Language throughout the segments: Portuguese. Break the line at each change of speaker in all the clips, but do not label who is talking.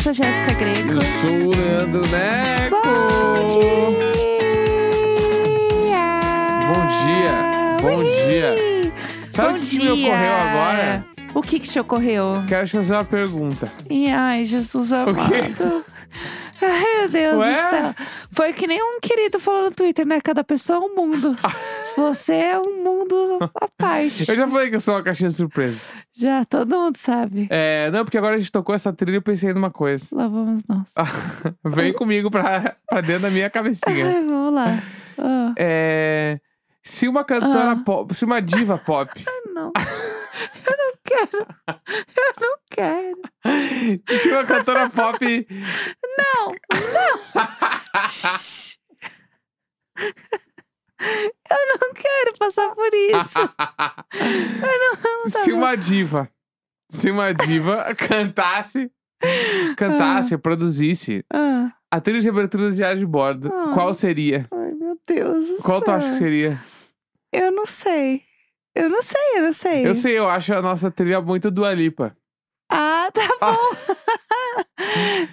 sou Jéssica Greco.
Eu sou o Leandro Neco.
Bom dia!
Bom dia. Bom
Ui.
dia. Sabe
Bom
o que me
dia.
ocorreu agora?
O que que te ocorreu?
Quero te fazer uma pergunta.
Ih, Ai, Jesus amado. Ai, meu Deus
Ué?
do céu. Foi que nem um querido falou no Twitter, né? Cada pessoa é um mundo. Você é um mundo à parte.
Eu já falei que eu sou uma caixinha de surpresa.
Já, todo mundo sabe.
É, não, porque agora a gente tocou essa trilha e eu pensei numa coisa.
Lá vamos nós.
Ah, Vem comigo pra, pra dentro da minha cabecinha.
Ai, vamos lá. Ah,
É, se uma cantora
Ah.
pop, se uma diva pop
não. Eu não quero. Eu não quero.
Se uma cantora pop.
Não, não. Shhh. Eu não quero passar por isso.
se uma diva. Se uma diva cantasse. Cantasse, produzisse.
Ah,
A trilha de abertura do Diário de Bordo.
Ah. é.
Qual seria?
ai, meu Deus. do
Qual tu
céu.
acha que seria?
Eu não sei. Eu não sei, eu não sei.
Eu sei, eu acho a nossa trilha muito do Alipa.
Ah, tá bom.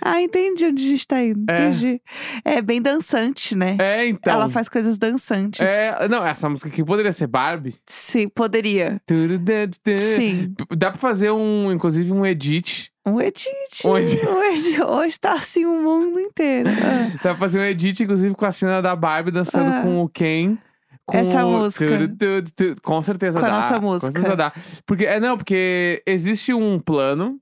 ah, entendi onde a gente tá indo.
É.
Entendi. É bem dançante, né?
É, então.
Ela faz coisas dançantes.
É, não, essa música aqui poderia ser Barbie.
Sim, poderia.
É.
Sim.
Dá pra fazer um, inclusive, um edit.
Um edit.
Um edit.
Um edit. Hoje tá assim o mundo inteiro. Ah.
Dá pra fazer um edit, inclusive, com a cena da Barbie dançando
Ah.
com o Ken. Com
Essa
o...
música.
Tudu, tudu, tudu. Com certeza
Com a
dá.
nossa
Com
música.
certeza dá. Porque, é, não, porque existe um plano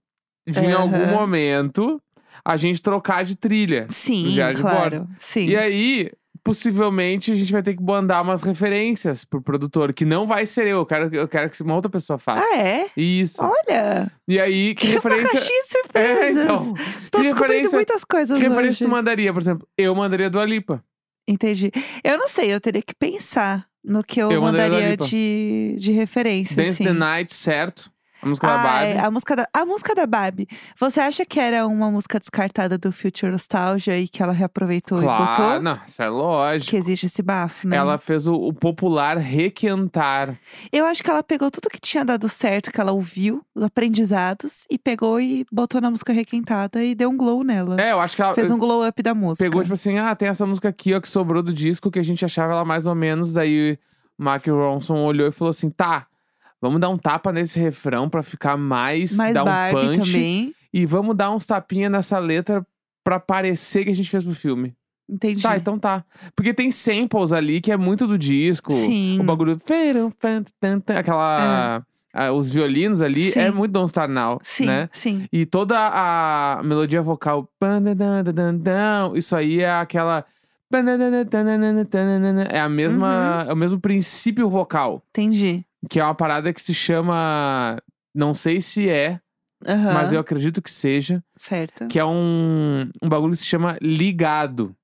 de, em algum
Aham.
momento, a gente trocar de trilha.
Sim,
Diário de
claro. Sim.
E aí, possivelmente, a gente vai ter que mandar umas referências pro produtor, que não vai ser eu. Eu quero, eu quero que uma outra pessoa faça.
Ah, é?
Isso.
Olha!
E aí, que
Que uma
referência.
caixinha de surpresas.
É, então.
Tô
que
descobrindo
referência,
muitas coisas
que referência
hoje.
tu mandaria? Por exemplo, eu mandaria do Alipa.
Entendi. Eu não sei, eu teria que pensar no que eu,
Eu mandaria
mandaria
Dua Lipa.
de, de referência,
Dance
assim.
the Night, certo? A música da
Ah,
Barbie.
é, a, música da, a música da Barbie. Você acha que era uma música descartada do Future Nostalgia e que ela reaproveitou e
Claro,
botou?
não, isso é lógico.
Que existe esse bafo, né?
Ela fez o, o popular requentar.
Eu acho que ela pegou tudo que tinha dado certo, que ela ouviu, os aprendizados, e pegou e botou na música requentada e deu um glow nela.
É, eu acho que ela
Fez um glow up da música.
pegou, tipo assim, ah, tem essa música aqui, ó, que sobrou do disco, que a gente achava ela mais ou menos. Daí o Mark Ronson olhou e falou assim: tá, vamos dar um tapa nesse refrão pra ficar mais,
Mais
dar um
Barbie
punch.
também.
E vamos dar uns tapinha nessa letra pra parecer que a gente fez pro filme.
Entendi.
Tá, então tá. Porque tem samples ali que é muito do disco.
Sim.
O bagulho. ferum, fan, tan, tan, Aquela. ah, os violinos ali é
É. Sim.
muito Don't Star Now,
Sim,
né?
sim.
E toda a melodia vocal. pan, dan, dan, dan, dan, dan, Isso aí é aquela. pan, dan, dan, dan, dan, dan, dan, dan, dan, dan, É a mesma. É o mesmo princípio vocal.
Entendi.
Que é uma parada que se chama. Não sei se é,
Aham.
mas eu acredito que seja.
Certo.
Que é um, um bagulho que se chama ligado.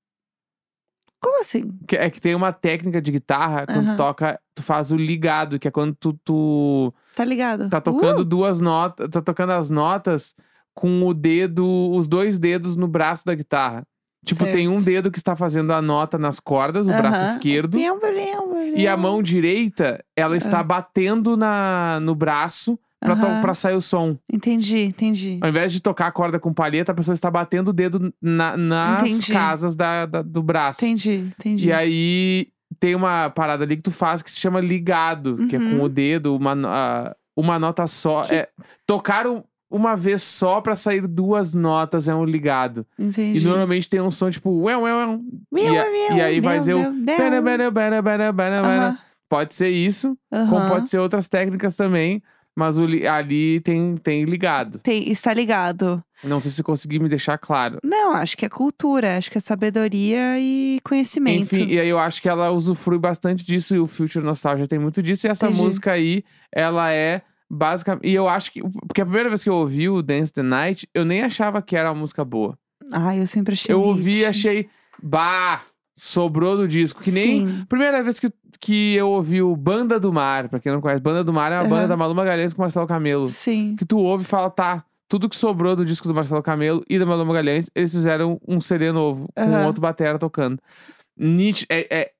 Como assim?
Que- É que tem uma técnica de guitarra, quando tu
Aham.
toca, tu faz o ligado, que é quando tu, tu
Tá ligado?
tá tocando duas notas, tá tocando as notas com o dedo, os dois dedos no braço da guitarra. Tipo, tem um dedo que está fazendo a nota nas cordas, o braço
Uh, Aham.
esquerdo,
Brum, brum, brum.
e a mão direita,
Ah.
ela está batendo na, no braço pra, to-
Aham.
pra sair o som.
Entendi, entendi.
Ao invés de tocar a corda com palheta, a pessoa está batendo o dedo na- nas
Entendi.
casas da- da- do braço.
Entendi, entendi.
E aí tem uma parada ali que tu faz que se chama ligado, que é com
Uhum.
o dedo, uma, no- a- uma nota só.
Que-
É, tocar um- uma vez só pra sair duas notas é um ligado.
entendi.
E normalmente tem um som tipo. Ué, ué, ué.
Meu,
e a-
meu,
e aí vai
meu,
ser o
meu, meu.
bana, bana, bana, bana, bana, bana.
É um Aham,
Pode ser isso, como
aham.
pode ser outras técnicas também. Mas o li- ali tem, tem ligado.
Tem, está ligado.
Não sei se consegui me deixar claro.
Não, acho que é cultura, acho que é sabedoria e conhecimento.
Enfim, e aí eu acho que ela usufrui bastante disso e o Future Nostalgia tem muito disso. E essa
Entendi.
música aí, ela é basicamente. E eu acho que. Porque a primeira vez que eu ouvi o Dance the Night, eu nem achava que era uma música boa.
Ai, eu sempre achei.
eu
um
ouvi
hit.
e achei. Bah! Sobrou do disco. Que nem.
Sim.
Primeira vez que, que eu ouvi o Banda do Mar, pra quem não conhece, Banda do Mar é uma banda
Aham.
da Malu Magalhães com o Marcelo Camelo.
Sim.
Que tu ouve e fala, tá. Tudo que sobrou do disco do Marcelo Camelo e da Malu Magalhães, eles fizeram um CD novo, com
Aham.
outro batera tocando. Nítido, é, é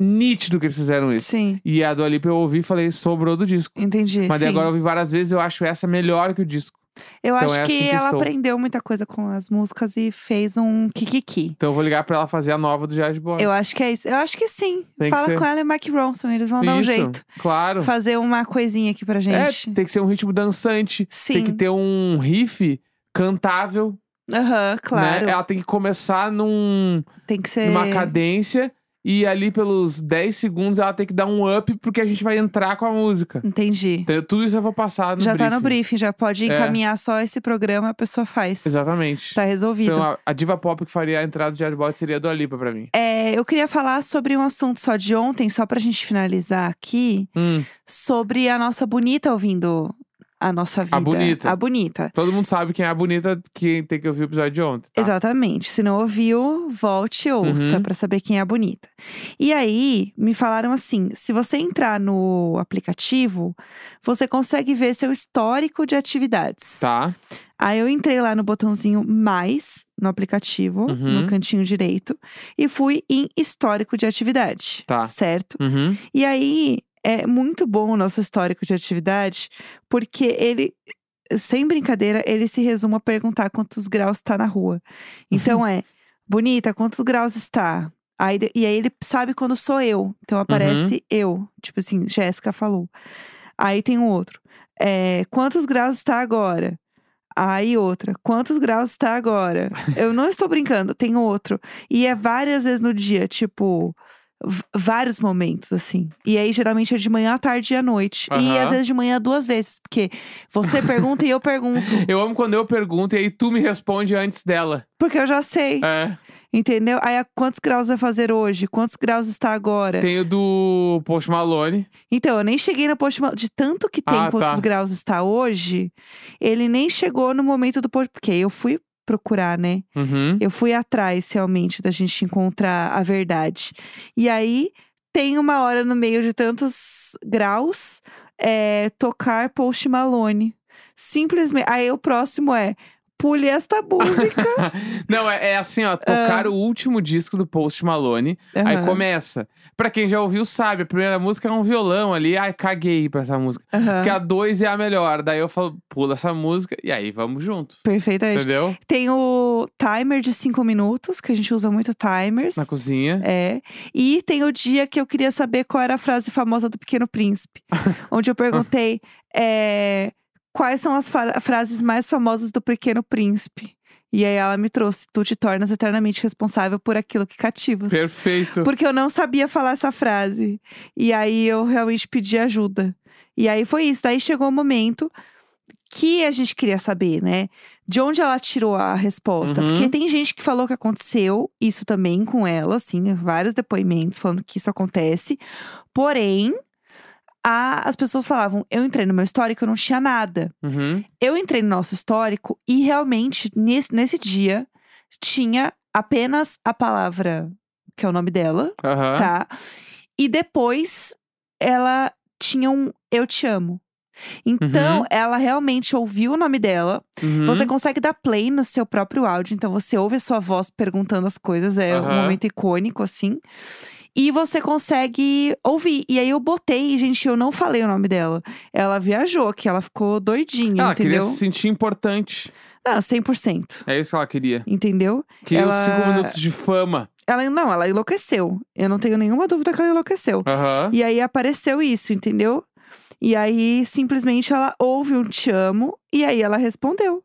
nítido que eles fizeram isso.
Sim.
E a do Alipa eu ouvi e falei, sobrou do disco.
Entendi.
Mas daí
sim.
agora eu ouvi várias vezes eu acho essa melhor que o disco.
Eu
Então
acho
é assim
que,
que eu
ela
estou.
aprendeu muita coisa com as músicas e fez um kikiki.
Então eu vou ligar pra ela fazer a nova do Jazz Boy.
Eu acho que é isso. Eu acho que sim.
Tem que
Fala
ser.
com ela e Mark Ronson, eles vão dar um
Isso,
jeito.
Claro.
Fazer uma coisinha aqui pra gente.
É, tem que ser um ritmo dançante. Tem
Sim.
que ter um riff cantável. né?
Aham, claro.
Ela tem que começar num,
Tem que ser.
Né? É numa cadência. E ali pelos 10 segundos ela tem que dar um up porque a gente vai entrar com a música.
Entendi.
Então, tudo isso eu vou passar no
já
briefing.
tá no briefing, já pode
É.
encaminhar só esse programa, a pessoa faz.
Exatamente.
Tá resolvido.
Então a, a diva pop que faria a entrada de Jazz Boy seria a Dua Lipa pra mim.
É, eu queria falar sobre um assunto só de ontem, só pra gente finalizar aqui,
Hum,
sobre a nossa bonita ouvindo a nossa vida.
bonita.
A bonita.
todo mundo sabe quem é a bonita que tem que ouvir o episódio de ontem. tá?
Exatamente. Se não ouviu, volte e ouça
Uhum.
pra saber quem é a bonita. E aí, me falaram assim: se você entrar no aplicativo, você consegue ver seu histórico de atividades.
Tá.
Aí eu entrei lá no botãozinho mais no aplicativo,
Uhum.
no cantinho direito, e fui em histórico de atividade.
Tá.
Certo?
Uhum.
E aí é muito bom o nosso histórico de atividade, porque ele. Sem brincadeira, ele se resume a perguntar quantos graus está na
Uhum.
rua. Então é, bonita, quantos graus está? Aí, de- e aí ele sabe quando sou eu. Então aparece
Uhum.
eu. Tipo assim, Jéssica falou. Aí tem um outro. É, quantos graus está agora? Aí outra. Quantos graus está agora? Eu não estou brincando, tem outro. E é várias vezes no dia, tipo. v- Vários momentos, assim. E aí, geralmente, é de manhã à tarde e à noite. E
Aham.
às vezes de manhã duas vezes, porque você pergunta e eu pergunto.
Eu amo quando eu pergunto e aí tu me responde antes dela.
Porque eu já sei,
É.
entendeu? Aí, a quantos graus vai fazer hoje? Quantos graus está agora?
Tem o do Post Malone.
Então, eu nem cheguei na post Malone. De tanto que tem
Ah,
quantos
tá.
graus está hoje, ele nem chegou no momento do post. Porque eu fui procurar, né?
Uhum.
Eu fui atrás, realmente, da gente encontrar a verdade. E aí, tem uma hora no meio de tantos graus, é, tocar Post Malone. Simplesmente. Aí, o próximo é, pule esta música.
Não, é, é assim, ó.
Ah.
Tocar o último disco do Post Malone. Aí
Aham,
começa. Pra quem já ouviu, sabe. A primeira música é um violão ali. Ai, caguei pra essa música.
aham.
Porque a 2 é a melhor. Daí eu falo, pula essa música e aí vamos juntos.
Perfeitamente.
Entendeu?
Tem o timer de cinco minutos, que a gente usa muito timers.
Na cozinha.
É. E tem o dia que eu queria saber qual era a frase famosa do Pequeno Príncipe. onde eu perguntei é, quais são as fa- frases mais famosas do Pequeno Príncipe. E aí ela me trouxe: Tu te tornas eternamente responsável por aquilo que cativas.
Perfeito.
Porque eu não sabia falar essa frase. E aí eu realmente pedi ajuda. E aí foi isso. Daí chegou o momento que a gente queria saber, né? De onde ela tirou a resposta.
Uhum.
Porque tem gente que falou que aconteceu isso também com ela, assim, vários depoimentos falando que isso acontece. Porém, a- as pessoas falavam: eu entrei no meu histórico, eu não tinha nada.
Uhum.
Eu entrei no nosso histórico e realmente, nesse, nesse dia, tinha apenas a palavra, que é o nome dela,
Aham.
tá? E depois ela tinha um Eu Te Amo. Então,
Uhum.
ela realmente ouviu o nome dela.
Uhum.
Você consegue dar play no seu próprio áudio, então você ouve a sua voz perguntando as coisas, é um
Aham.
momento icônico, assim. E você consegue ouvir. E aí eu botei, e, gente, eu não falei o nome dela. Ela viajou aqui, ela ficou doidinha,
Ela
entendeu? Ah,
queria se sentir importante.
Não, 100%.
É isso que ela queria.
Entendeu?
Queria os
Ela-
cinco minutos de fama.
Ela não, ela enlouqueceu. Eu não tenho nenhuma dúvida que ela enlouqueceu.
Aham.
E aí apareceu isso, entendeu? E aí simplesmente ela ouve um te amo e aí ela respondeu.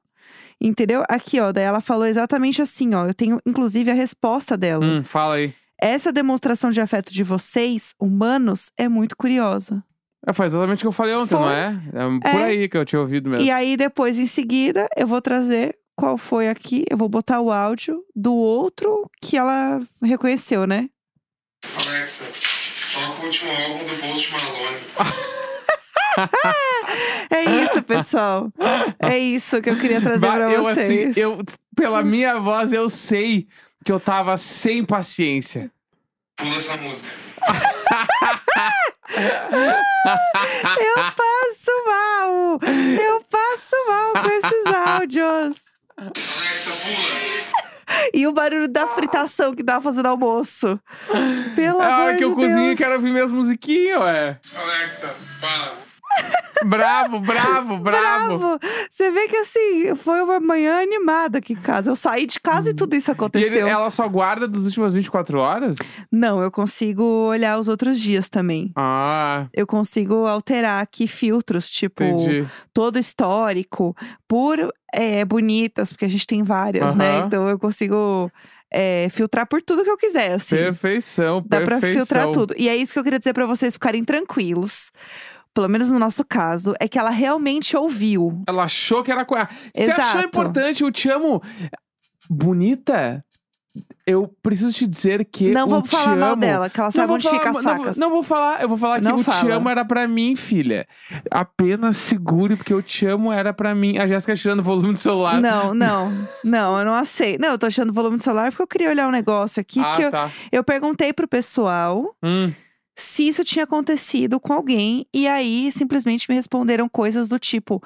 Entendeu? Aqui, ó, daí ela falou exatamente assim, ó. Eu tenho inclusive a resposta dela.
Hum, fala aí.
Essa demonstração de afeto de vocês, humanos, é muito curiosa.
É, foi exatamente o que eu falei ontem,
Foi.
não é? É por
É.
aí que eu tinha ouvido mesmo.
E aí depois em seguida, eu vou trazer qual foi aqui, eu vou botar o áudio do outro que ela reconheceu, né?
Alexa, toca o último álbum do Post Malone.
É isso, pessoal. é isso que eu queria trazer
Bah,
pra
eu
vocês. Uhum.
assim, eu, pela minha voz, eu sei que eu tava sem paciência.
Pula essa música.
Eu passo mal! Eu passo mal com esses áudios!
Alexa, pula.
E o barulho da fritação que tava fazendo almoço. Pelo
É a
amor
hora Ah, que
de
eu
Deus.
cozinho, eu quero ouvir minhas musiquinhas, ué.
Alexa, fala.
bravo, bravo, bravo.
Bravo! Você vê que assim, foi uma manhã animada aqui em casa. Eu saí de casa e tudo isso
E ele- é
aconteceu.
ela só guarda dos últimas 24 horas?
Não, eu consigo olhar os outros dias também.
Ah,
Eu consigo alterar aqui filtros, tipo,
entendi.
todo histórico, por é, bonitas, porque a gente tem várias, né?
Aham.
Então eu consigo é, filtrar por tudo que eu quiser, assim.
Perfeição,
Dá pra
perfeição.
filtrar tudo. E é isso que eu queria dizer pra vocês ficarem tranquilos. Pelo menos no nosso caso, é que ela realmente ouviu.
Ela achou que era coisa. Você
Exato.
achou importante, eu te amo. Bonita, eu preciso te dizer que
não
o
vamos
te
falar
amo...
mal dela, que ela sabe
vou
onde fica
falar-
as
não vou-
facas.
Não, vou falar, eu vou falar que
Não
o te
fala.
amo era pra mim, filha. Apenas segure, porque o te amo era pra mim. A Jéssica tirando o volume do celular.
Não, não, não, eu não aceito. Não, eu tô achando o volume do celular porque eu queria olhar um negócio aqui.
ah,
que eu,
tá.
eu perguntei pro pessoal
Hum,
se isso tinha acontecido com alguém. E aí, simplesmente me responderam coisas do tipo: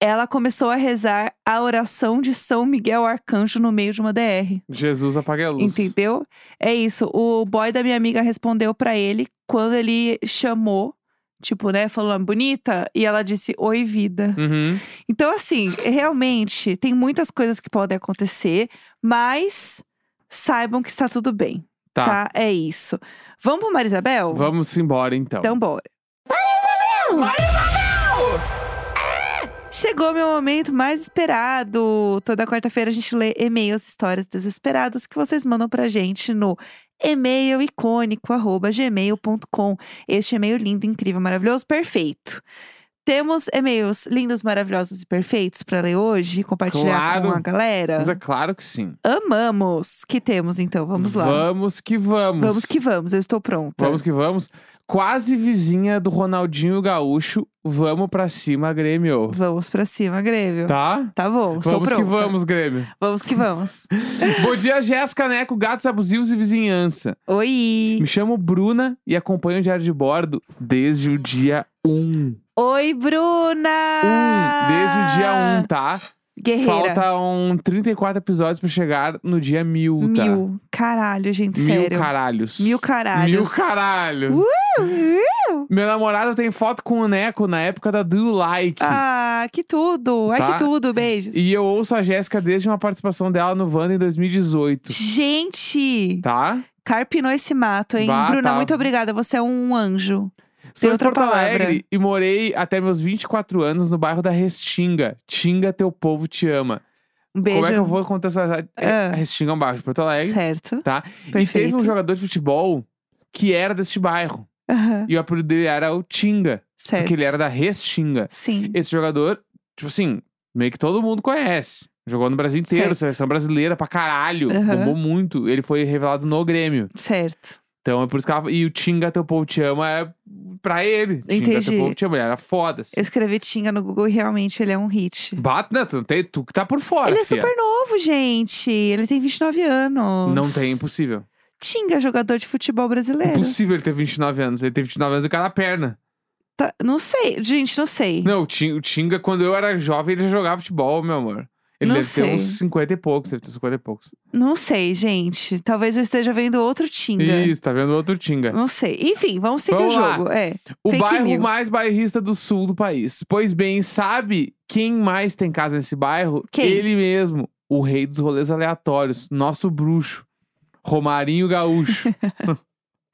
ela começou a rezar a oração de São Miguel Arcanjo no meio de uma DR.
Jesus apaga a luz.
Entendeu? É isso. O boy da minha amiga respondeu pra ele quando ele chamou. Tipo, né? Falou, "Ah, bonita. E ela disse, oi, vida.
Uhum.
Então, assim, realmente, tem muitas coisas que podem acontecer, mas saibam que está tudo bem,
Tá.
tá? É isso. Vamos pro Marisabel?
Vamos embora então.
Então, bora. Chegou meu momento mais esperado. Toda quarta-feira a gente lê e-mails, histórias desesperadas que vocês mandam pra gente no e-mailicônico@gmail.com. Este e-mail lindo, incrível, maravilhoso, perfeito. Temos e-mails lindos, maravilhosos e perfeitos pra ler hoje e compartilhar
Claro.
com a galera.
Mas é claro que sim.
Amamos. Que temos então? Vamos lá.
Vamos que vamos.
Vamos que vamos, eu estou pronta.
Vamos que vamos. Quase vizinha do Ronaldinho Gaúcho. Vamos pra cima, Grêmio.
Vamos pra cima, Grêmio.
Tá?
Tá bom, estou
vamos que
pronta.
vamos, Grêmio.
Vamos que vamos.
Bom dia, Jéssica Neco, Gatos Abusivos e Vizinhança.
Oi!
Me chamo Bruna e acompanho o Diário de Bordo desde o dia 1.
Oi, Bruna!
Desde o dia 1,
Ah!
tá? um
Guerreira.
Faltam 34 episódios pra chegar no dia 1000, tá?
Mil. Caralho, gente,
Mil
sério.
caralhos.
Mil caralhos. Uh.
Mil caralhos. Meu namorado tem foto com o Neco na época da Do You Like.
Ah, que tudo! Ai,
Tá?
que tudo, beijos.
E eu ouço a Jéssica desde uma participação dela no Wanda em 2018.
Gente!
Tá?
Carpinou esse mato, hein?
Bah,
Bruna,
tá.
muito obrigada. Você é um anjo.
Sou de
outra
Porto
palavra.
Alegre e morei até meus 24 anos no bairro da Restinga. Tinga, teu povo te ama.
Um beijo.
Como é que eu vou contextualizar?
Ah.
A Restinga é um bairro de Porto Alegre.
Certo.
Tá? E teve
Perfeito.
um jogador de futebol que era deste bairro.
Aham,
E o apelido dele era o Tinga.
Certo.
Porque ele era da Restinga.
Sim.
Esse jogador, tipo assim, meio que todo mundo conhece. Jogou no Brasil inteiro,
Certo.
seleção brasileira pra caralho.
Aham.
Bombou muito. Ele foi revelado no Grêmio.
Certo.
Então é por isso que ela... E o Tinga Teu Povo Te Ama é pra ele. Tinga
Entendi.
Teu Povo Te Ama. Ele era foda.
Eu
Assim.
escrevi Tinga no Google e realmente ele é um hit.
Bate, né? Tu, tem- tu que tá por fora,
Ele é
fia.
super novo, gente. Ele tem 29 anos.
Não tem, é impossível.
Tinga, jogador de futebol brasileiro.
Impossível ele ter 29 anos. Ele teve 29 anos e o cara na perna.
Tá- não sei, gente, não sei.
Não, o Tin- o Tinga, quando eu era jovem, ele já jogava futebol, meu amor. Ele
Não
deve ter
sei.
uns 50 e poucos, deve ter 50 e poucos.
Não sei, gente. Talvez eu esteja vendo outro Tinga.
Isso, tá vendo outro Tinga.
Não sei. Enfim, vamos seguir
Vamos
o
lá.
jogo. É.
O
Fake
bairro
news.
mais bairrista do sul do país. Pois bem, sabe quem mais tem casa nesse bairro?
Quem?
Ele mesmo, o rei dos rolês aleatórios, nosso bruxo, Romarinho Gaúcho.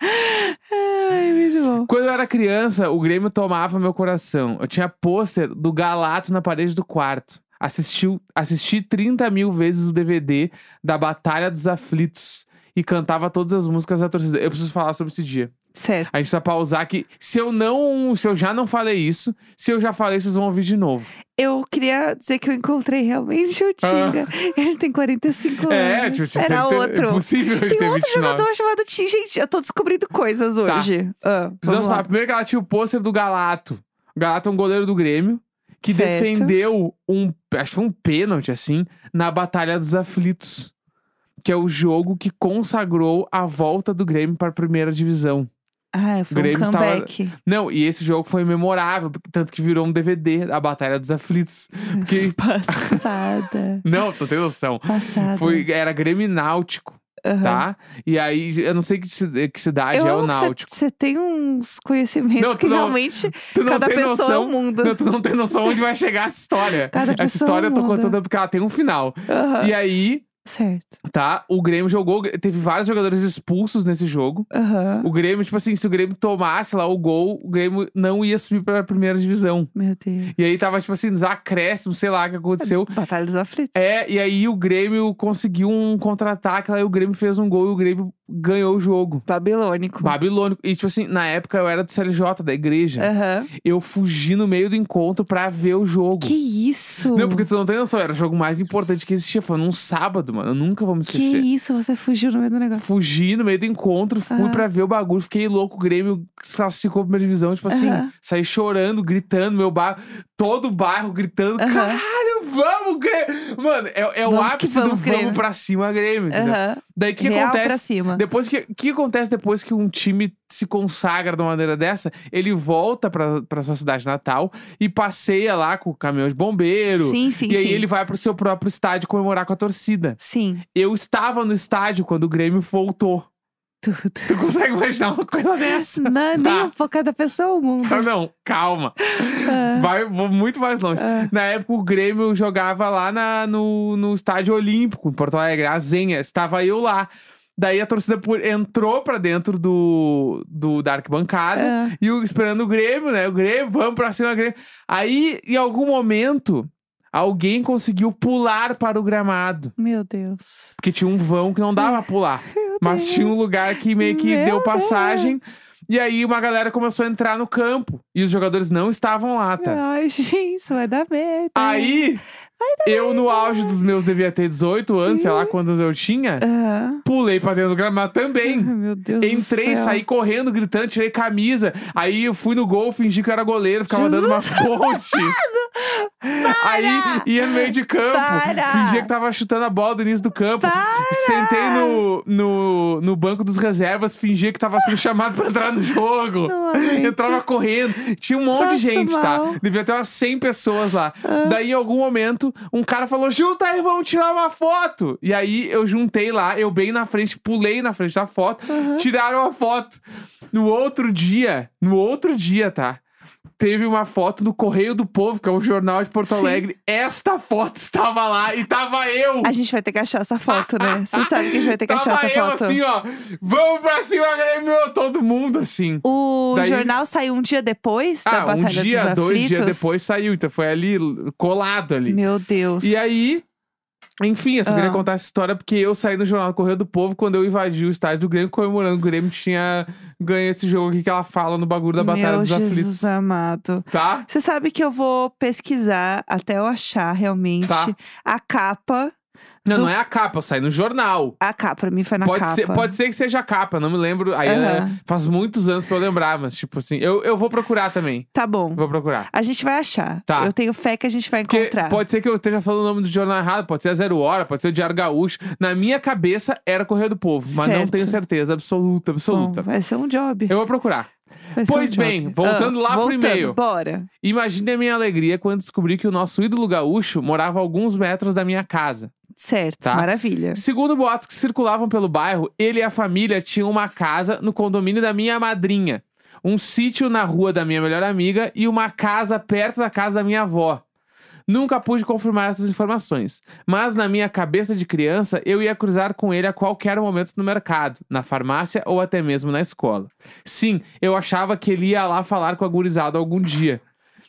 Ai, muito bom.
Quando eu era criança, o Grêmio tomava meu coração. Eu tinha pôster do Galato na parede do quarto. Assistiu, assisti 30 mil vezes o DVD da Batalha dos Aflitos e cantava todas as músicas da torcida. Eu preciso falar sobre esse dia.
Certo.
A gente precisa pausar que se eu não, se eu já não falei isso, se eu já falei, vocês vão ouvir de novo.
Eu queria dizer que eu encontrei realmente o Tinga. Ele tem 45
Ah. é,
anos.
tipo, tinha
Era
certeza- é
Hum, outro.
possível ele
Tem
ter
outro
29.
jogador chamado Tinga. Gente, eu tô descobrindo coisas
Tá.
hoje. Ah,
Precisamos
vamos lá.
falar. Primeiro que ela tinha o pôster do Galato. O Galato é um goleiro do Grêmio que
Certo.
defendeu um, acho que foi um pênalti assim, na Batalha dos Aflitos, que é o jogo que consagrou a volta do Grêmio para a primeira divisão.
Ah, foi um
Grêmio estava-
comeback.
Não, e esse jogo foi memorável, porque- tanto que virou um DVD, a Batalha dos Aflitos, porque
Passada.
não, tu tem noção.
Passada.
Foi, era Grêmio e Náutico.
Aham.
tá? E aí, eu não sei que, ci- que cidade
Eu
é o
amo que cê-
Náutico.
Você tem uns conhecimentos
Não, tu
que
não-
realmente
Tu não
cada
tem
pessoa é
noção.
um mundo.
Não, tu não tem noção onde vai chegar essa história.
Cada
essa
pessoa é um
história eu tô
muda.
contando porque ela tem um final.
Aham.
E aí,
Certo.
tá? O Grêmio jogou. Teve vários jogadores expulsos nesse jogo.
Aham.
O Grêmio, tipo assim, se o Grêmio tomasse lá o gol, o Grêmio não ia subir pra primeira divisão.
Meu Deus.
E aí tava, tipo assim, nos acréscimos, sei lá o que aconteceu.
Batalha dos aflitos.
É, e aí o Grêmio conseguiu um contra-ataque lá e o Grêmio fez um gol e o Grêmio ganhou o jogo.
Babilônico.
Babilônico. E, tipo assim, na época eu era do CLJ, da igreja.
Aham.
Eu fugi no meio do encontro pra ver o jogo.
Que isso?
Não, porque tu não tem noção, era o jogo mais importante que existia. Foi num sábado, mano. Eu nunca vou me
Que
esquecer.
isso? Você fugiu no meio do negócio.
Fugi no meio do encontro, fui
Aham.
pra ver o bagulho, fiquei louco. O Grêmio se classificou pra primeira divisão, tipo assim,
Aham.
saí chorando, gritando, meu bairro, todo o bairro gritando.
Aham.
Caralho, vamos, Grêmio! Mano, é, é o
Vamos que
ápice
vamos,
do
Grêmio.
vamos pra cima, Grêmio. entendeu?
Aham.
Daí o que
Real pra
acontece?
cima.
Depois que que acontece depois que um time se consagra de uma maneira dessa, ele volta pra pra sua cidade natal e passeia lá com o caminhão de bombeiro.
Sim, sim,
e aí
sim.
ele vai pro seu próprio estádio comemorar com a torcida.
Sim.
Eu estava no estádio quando o Grêmio voltou.
Tudo.
Tu consegue imaginar uma coisa dessa?
Não, nem
Tá.
um pouco cada pessoa o mundo.
Ah, Não, calma.
Ah,
Vai, vou muito mais longe.
ah.
Na época, o Grêmio jogava lá na- no, no Estádio Olímpico, em Porto Alegre, a Zenha. Estava eu lá. Daí a torcida pu- entrou pra dentro do, do da arquibancada.
Ah.
E o, esperando o Grêmio, né? O Grêmio, vamos pra cima, Grêmio. Aí, em algum momento, alguém conseguiu pular para o gramado.
Meu Deus.
Porque tinha um vão que não dava pra pular. mas tinha um lugar que meio que
Meu
deu passagem. E aí uma galera começou a entrar no campo. E os jogadores não estavam lá, tá?
Ai, gente, isso vai dar merda. É.
Aí,
tá
eu no auge dos meus, devia ter 18 anos, sei
Uhum.
lá quantos eu tinha,
Aham.
pulei pra dentro do gramado também.
Ai, Meu Deus
Entrei,
do céu.
saí correndo, gritando, tirei camisa. Aí eu fui no gol, fingi que eu era goleiro, ficava dando umas pontes. Aí ia no meio de campo,
Para!
fingia que tava chutando a bola do início do campo.
Para!
Sentei no, no, no banco dos reservas, fingia que tava sendo chamado pra entrar no jogo.
Não aguento.
Entrava correndo. Tinha um monte
Passo
de gente,
mal. Ah.
tá? Devia ter umas 100 pessoas lá. Daí, em algum momento, um cara falou: Junta aí, vamos tirar uma foto. E aí eu juntei lá, eu bem na frente, pulei na frente da foto, tiraram a foto. No outro dia, no outro dia, tá? Teve uma foto do Correio do Povo, que é um jornal de Porto
Sim.
Alegre. Esta foto estava lá e tava eu.
A gente vai ter que achar essa foto, né? Você sabe que a gente vai ter que
tava
achar essa
eu
foto.
assim, ó. Vamos pra cima, Grêmio! Todo mundo assim.
O
Daí-
jornal saiu um dia depois da
Ah, um
Batalha
dia,
dos
dois dias
Aflitos?
depois saiu. Então foi ali, l- colado ali.
Meu Deus.
E aí, enfim, eu só queria
Ah.
contar essa história porque eu saí no Jornal Correio do Povo quando eu invadi o estádio do Grêmio, comemorando. que O Grêmio tinha ganho esse jogo aqui que ela fala no bagulho da Batalha
Meu
dos
Jesus
Aflitos.
amado.
Tá?
Você sabe que eu vou pesquisar até eu achar realmente
Tá.
a capa.
Não,
Do-
não é a capa, eu saí no jornal.
A capa, pra mim foi na
Pode
capa.
ser, pode ser que seja a capa, não me lembro. Aí
Aham.
né, faz muitos anos pra eu lembrar, mas tipo assim, eu, eu vou procurar também.
Tá bom.
Vou procurar.
A gente vai achar.
Tá.
Eu tenho fé que a gente vai
Porque
encontrar.
pode ser que eu esteja falando o nome do jornal errado, pode ser a Zero Hora, pode ser o Diário Gaúcho. Na minha cabeça era Correio do Povo, mas não
Certo.
tenho certeza absoluta,
Bom,
absoluta.
vai ser um job.
Eu vou procurar.
Vai ser
Pois
um
bem,
job.
voltando
Ah,
lá pro
voltando,
e-mail.
Bora.
Imagine a minha alegria quando descobri que o nosso ídolo gaúcho morava a alguns metros da minha casa.
Certo,
Tá.
maravilha.
Segundo boatos que circulavam pelo bairro, ele e a família tinham uma casa no condomínio da minha madrinha, um sítio na rua da minha melhor amiga e uma casa perto da casa da minha avó. Nunca pude confirmar essas informações, mas na minha cabeça de criança eu ia cruzar com ele a qualquer momento no mercado, na farmácia ou até mesmo na escola. Sim, eu achava que ele ia lá falar com a gurizada algum dia.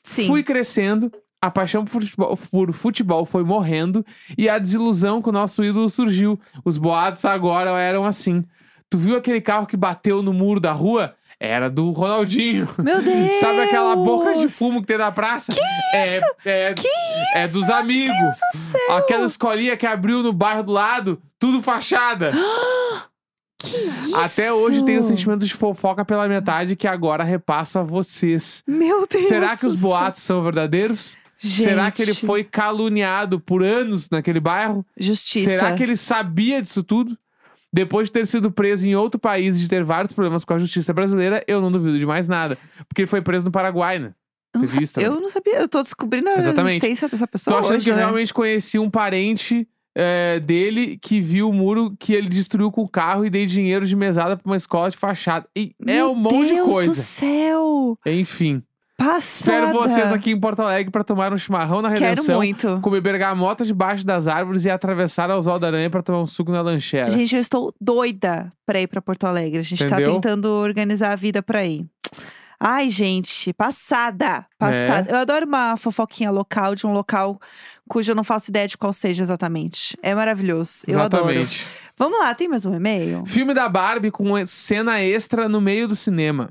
Sim.
Fui crescendo, a paixão por futebol, por futebol foi morrendo e a desilusão com o nosso ídolo surgiu. Os boatos agora eram assim. Tu viu aquele carro que bateu no muro da rua? Era do Ronaldinho.
Meu Deus!
Sabe aquela boca de fumo que tem na praça? Que isso? É, é,
Que isso?
é dos amigos.
do céu!
Aquela escolinha que abriu no bairro do lado, tudo fachada.
Que isso?
Até hoje tenho sentimentos de fofoca pela metade que agora repasso a vocês.
Meu Deus!
Será
do
que os
céu.
boatos são verdadeiros?
Gente,
Será que ele foi caluniado por anos naquele bairro?
Justiça.
Será que ele sabia disso tudo? Depois de ter sido preso em outro país e de ter vários problemas com a justiça brasileira, eu não duvido de mais nada. Porque ele foi preso no Paraguai, né?
Eu não,
Teve isso
sa- eu não sabia, eu tô descobrindo a
Exatamente.
existência dessa
Tô
pessoa.
achando
hoje,
que eu
né?
realmente conheci um parente é, dele que viu o muro que ele destruiu com o carro e dei dinheiro de mesada pra uma escola de fachada. E é
Meu
um monte de
Deus do
coisa.
céu!
Enfim,
Passada!
espero vocês aqui em Porto Alegre pra tomar um chimarrão na
Quero
redenção.
muito.
Comer bergamota debaixo das árvores e atravessar a Oswaldo Aranha pra tomar um suco na lanchera.
Gente, eu estou doida pra ir pra Porto Alegre. A gente tá
Entendeu?
tentando organizar a vida pra ir. Ai, gente,
É.
passada! Passada. Eu adoro uma fofoquinha local de um local cujo eu não faço ideia de qual seja exatamente. É maravilhoso. Eu adoro.
Exatamente.
Vamos lá, tem mais um e-mail?
Filme da Barbie com cena extra no meio do cinema.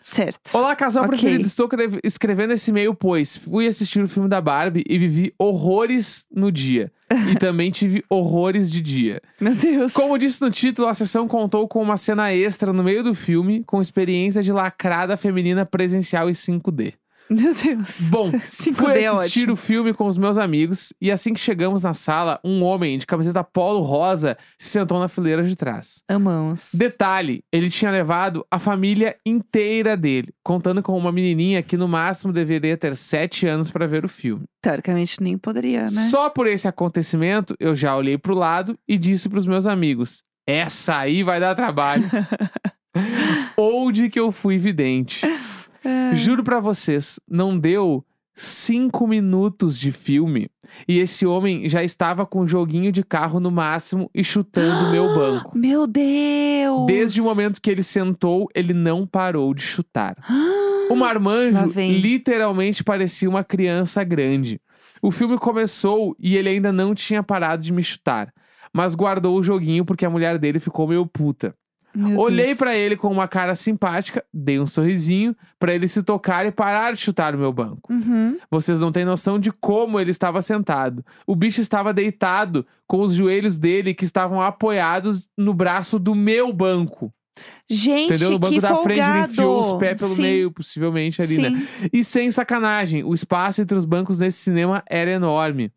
Certo.
Olá, casal
Ok.
preferido. Estou cre- escrevendo esse e-mail, pois fui assistir o filme da Barbie e vivi horrores no dia. e também tive horrores de dia.
Meu Deus.
Como disse no título, a sessão contou com uma cena extra no meio do filme, com experiência de lacrada feminina presencial em 5D.
Meu Deus.
Bom,
5D
Fui
é
assistir
ótimo.
o filme com os meus amigos e assim que chegamos na sala, um homem de camiseta polo rosa se sentou na fileira de trás.
Amamos.
Detalhe, ele tinha levado a família inteira dele, contando com uma menininha que no máximo deveria ter sete anos para ver o filme.
Teoricamente nem poderia, né?
Só por esse acontecimento, eu já olhei pro lado e disse pros meus amigos: "Essa aí vai dar trabalho". Ou de que eu fui vidente.
É.
Juro pra vocês, não deu cinco minutos de filme e esse homem já estava com um joguinho de carro no máximo e chutando meu banco.
Meu Deus!
Desde o momento que ele sentou, ele não parou de chutar. O
Lá
marmanjo
vem.
literalmente parecia uma criança grande. O filme começou e ele ainda não tinha parado de me chutar, mas guardou o joguinho porque a mulher dele ficou meio puta.
Meu
Olhei
Deus.
pra ele com uma cara simpática, dei um sorrisinho pra ele se tocar e parar de chutar o meu banco.
Uhum.
Vocês não têm noção de como ele estava sentado. O bicho estava deitado com os joelhos dele que estavam apoiados no braço do meu banco.
Gente,
Entendeu? No banco
que
da
folgado.
frente, ele enfiou os pés pelo
Sim,
meio, possivelmente ali,
sim.
né? E sem sacanagem, o espaço entre os bancos nesse cinema era enorme.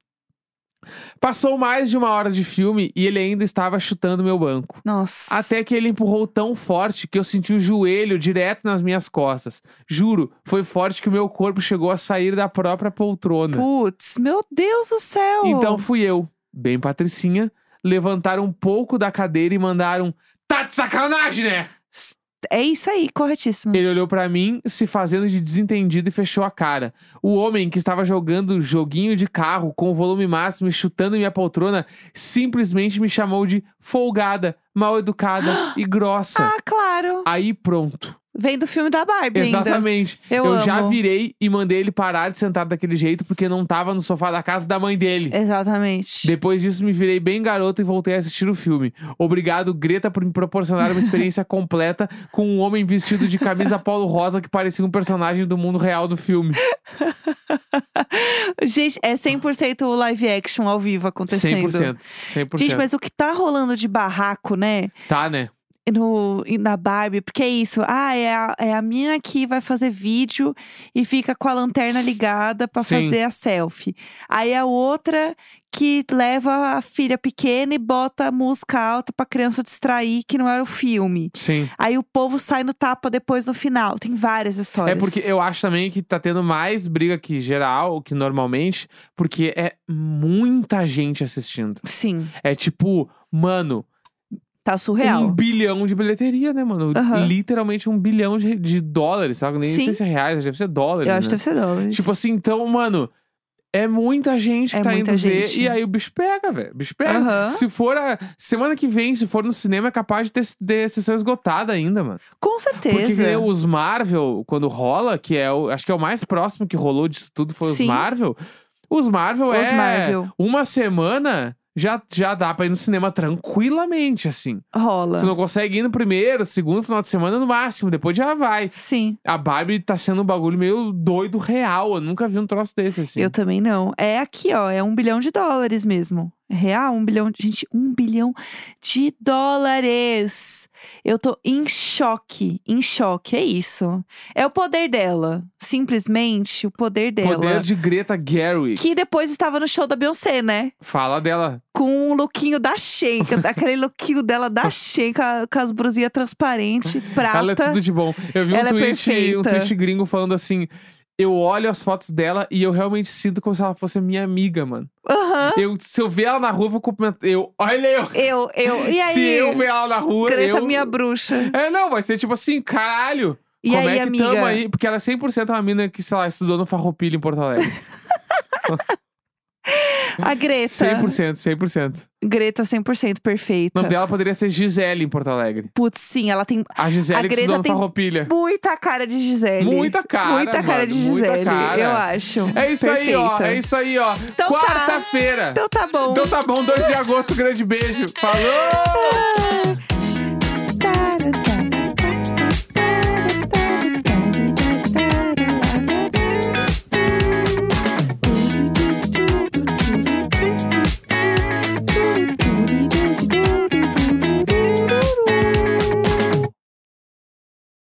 Passou mais de uma hora de filme e ele ainda estava chutando meu banco.
Nossa.
Até que ele empurrou tão forte que eu senti o joelho direto nas minhas costas. Juro, foi forte que o meu corpo chegou a sair da própria poltrona.
Putz, meu Deus do céu!
Então fui eu, bem patricinha, levantar um pouco da cadeira e mandar um Tá de sacanagem, né?
É isso aí, corretíssimo.
Ele olhou pra mim, se fazendo de desentendido e fechou a cara. O homem que estava jogando joguinho de carro com o volume máximo e chutando minha poltrona simplesmente me chamou de folgada, mal educada e grossa.
Ah, claro!
Aí pronto.
Vem do filme da Barbie ainda.
Exatamente.
Eu amo.
já virei e mandei ele parar de sentar daquele jeito porque não tava no sofá da casa da mãe dele.
Exatamente.
Depois disso, me virei bem garoto e voltei a assistir o filme. Obrigado, Greta, por me proporcionar uma experiência completa com um homem vestido de camisa polo rosa que parecia um personagem do mundo real do filme.
Gente, é 100% live action ao vivo acontecendo.
100%. 100%.
Gente, mas o que tá rolando de barraco, né?
Tá, né?
no, e na Barbie, porque é isso. Ah, é a, é a mina que vai fazer vídeo e fica com a lanterna ligada pra
Sim.
fazer a selfie. Aí a outra que leva a filha pequena e bota a música alta pra criança distrair, que não era o filme.
Sim.
Aí o povo sai no tapa depois no final. Tem várias
É
histórias.
porque eu acho também que tá tendo mais briga que geral, que normalmente, porque é muita gente assistindo.
Sim,
É tipo, mano,
tá surreal.
Um bilhão de bilheteria, né, mano?
Aham.
Literalmente um bilhão de, de dólares, sabe? Nem
Sim.
sei se é reais, deve ser dólares.
eu acho que
né?
deve ser dólares.
Tipo assim, então, mano, é muita gente que
É
tá
muita
indo ver.
gente.
E aí o bicho pega, velho. O bicho pega.
Aham.
Se for a, semana que vem, se for no cinema, é capaz de ter, ter sessão esgotada ainda, mano.
Com certeza.
Porque que nem os Marvel, quando rola, que é o. Acho que é o mais próximo que rolou disso tudo, foi
Sim.
os Marvel. Os Marvel
Os
é.
Marvel.
Uma semana já, já dá pra ir no cinema tranquilamente, assim.
Rola.
Tu não consegue ir no primeiro, segundo final de semana no máximo, depois já vai.
Sim.
A Barbie tá sendo um bagulho meio doido real. Eu nunca vi um troço desse, assim.
Eu também não. É aqui, ó. É um bilhão de dólares mesmo. Real, um bilhão. de- Gente, um bilhão de dólares. Eu tô em choque. Em choque. É isso. É o poder dela. Simplesmente o poder dela.
Poder de Greta Gerwig.
Que depois estava no show da Beyoncé, né?
Fala dela.
Com o lookinho da Shein, que- aquele lookinho dela da Shein, com, a- com as brusinhas transparentes, prata.
Ela é tudo de bom. Eu vi um
Ela é
tweet, um
perfeita.
tweet gringo falando assim. eu olho as fotos dela e eu realmente sinto como se ela fosse a minha amiga, mano.
Aham.
Eu, se eu ver ela na rua, eu vou cumprimentar. Eu, olha eu.
Eu, eu. E aí?
Se eu ver ela na rua,
Greta,
eu...
minha bruxa.
É, não, vai ser tipo assim, caralho.
E
como
aí,
é que
amiga?
tamo aí? Porque ela é 100% uma mina que, sei lá, estudou no Farroupilha em Porto Alegre.
A Greta.
100%, 100%.
Greta 100%
O
perfeita.
nome dela poderia ser Gisele em Porto Alegre.
Putz, sim, ela tem
A Gisele
A
que
Greta
estudou no
tem-
Farroupilha.
muita cara de Gisele.
Muita cara,
Muita cara
mano,
de
muita
Gisele,
cara.
eu acho.
É isso aí, ó.
Perfeita.
É isso aí, ó.
Então tá.
Quarta-feira.
Então tá bom.
Então tá bom, 2 de agosto, grande beijo. Falou!
Ah.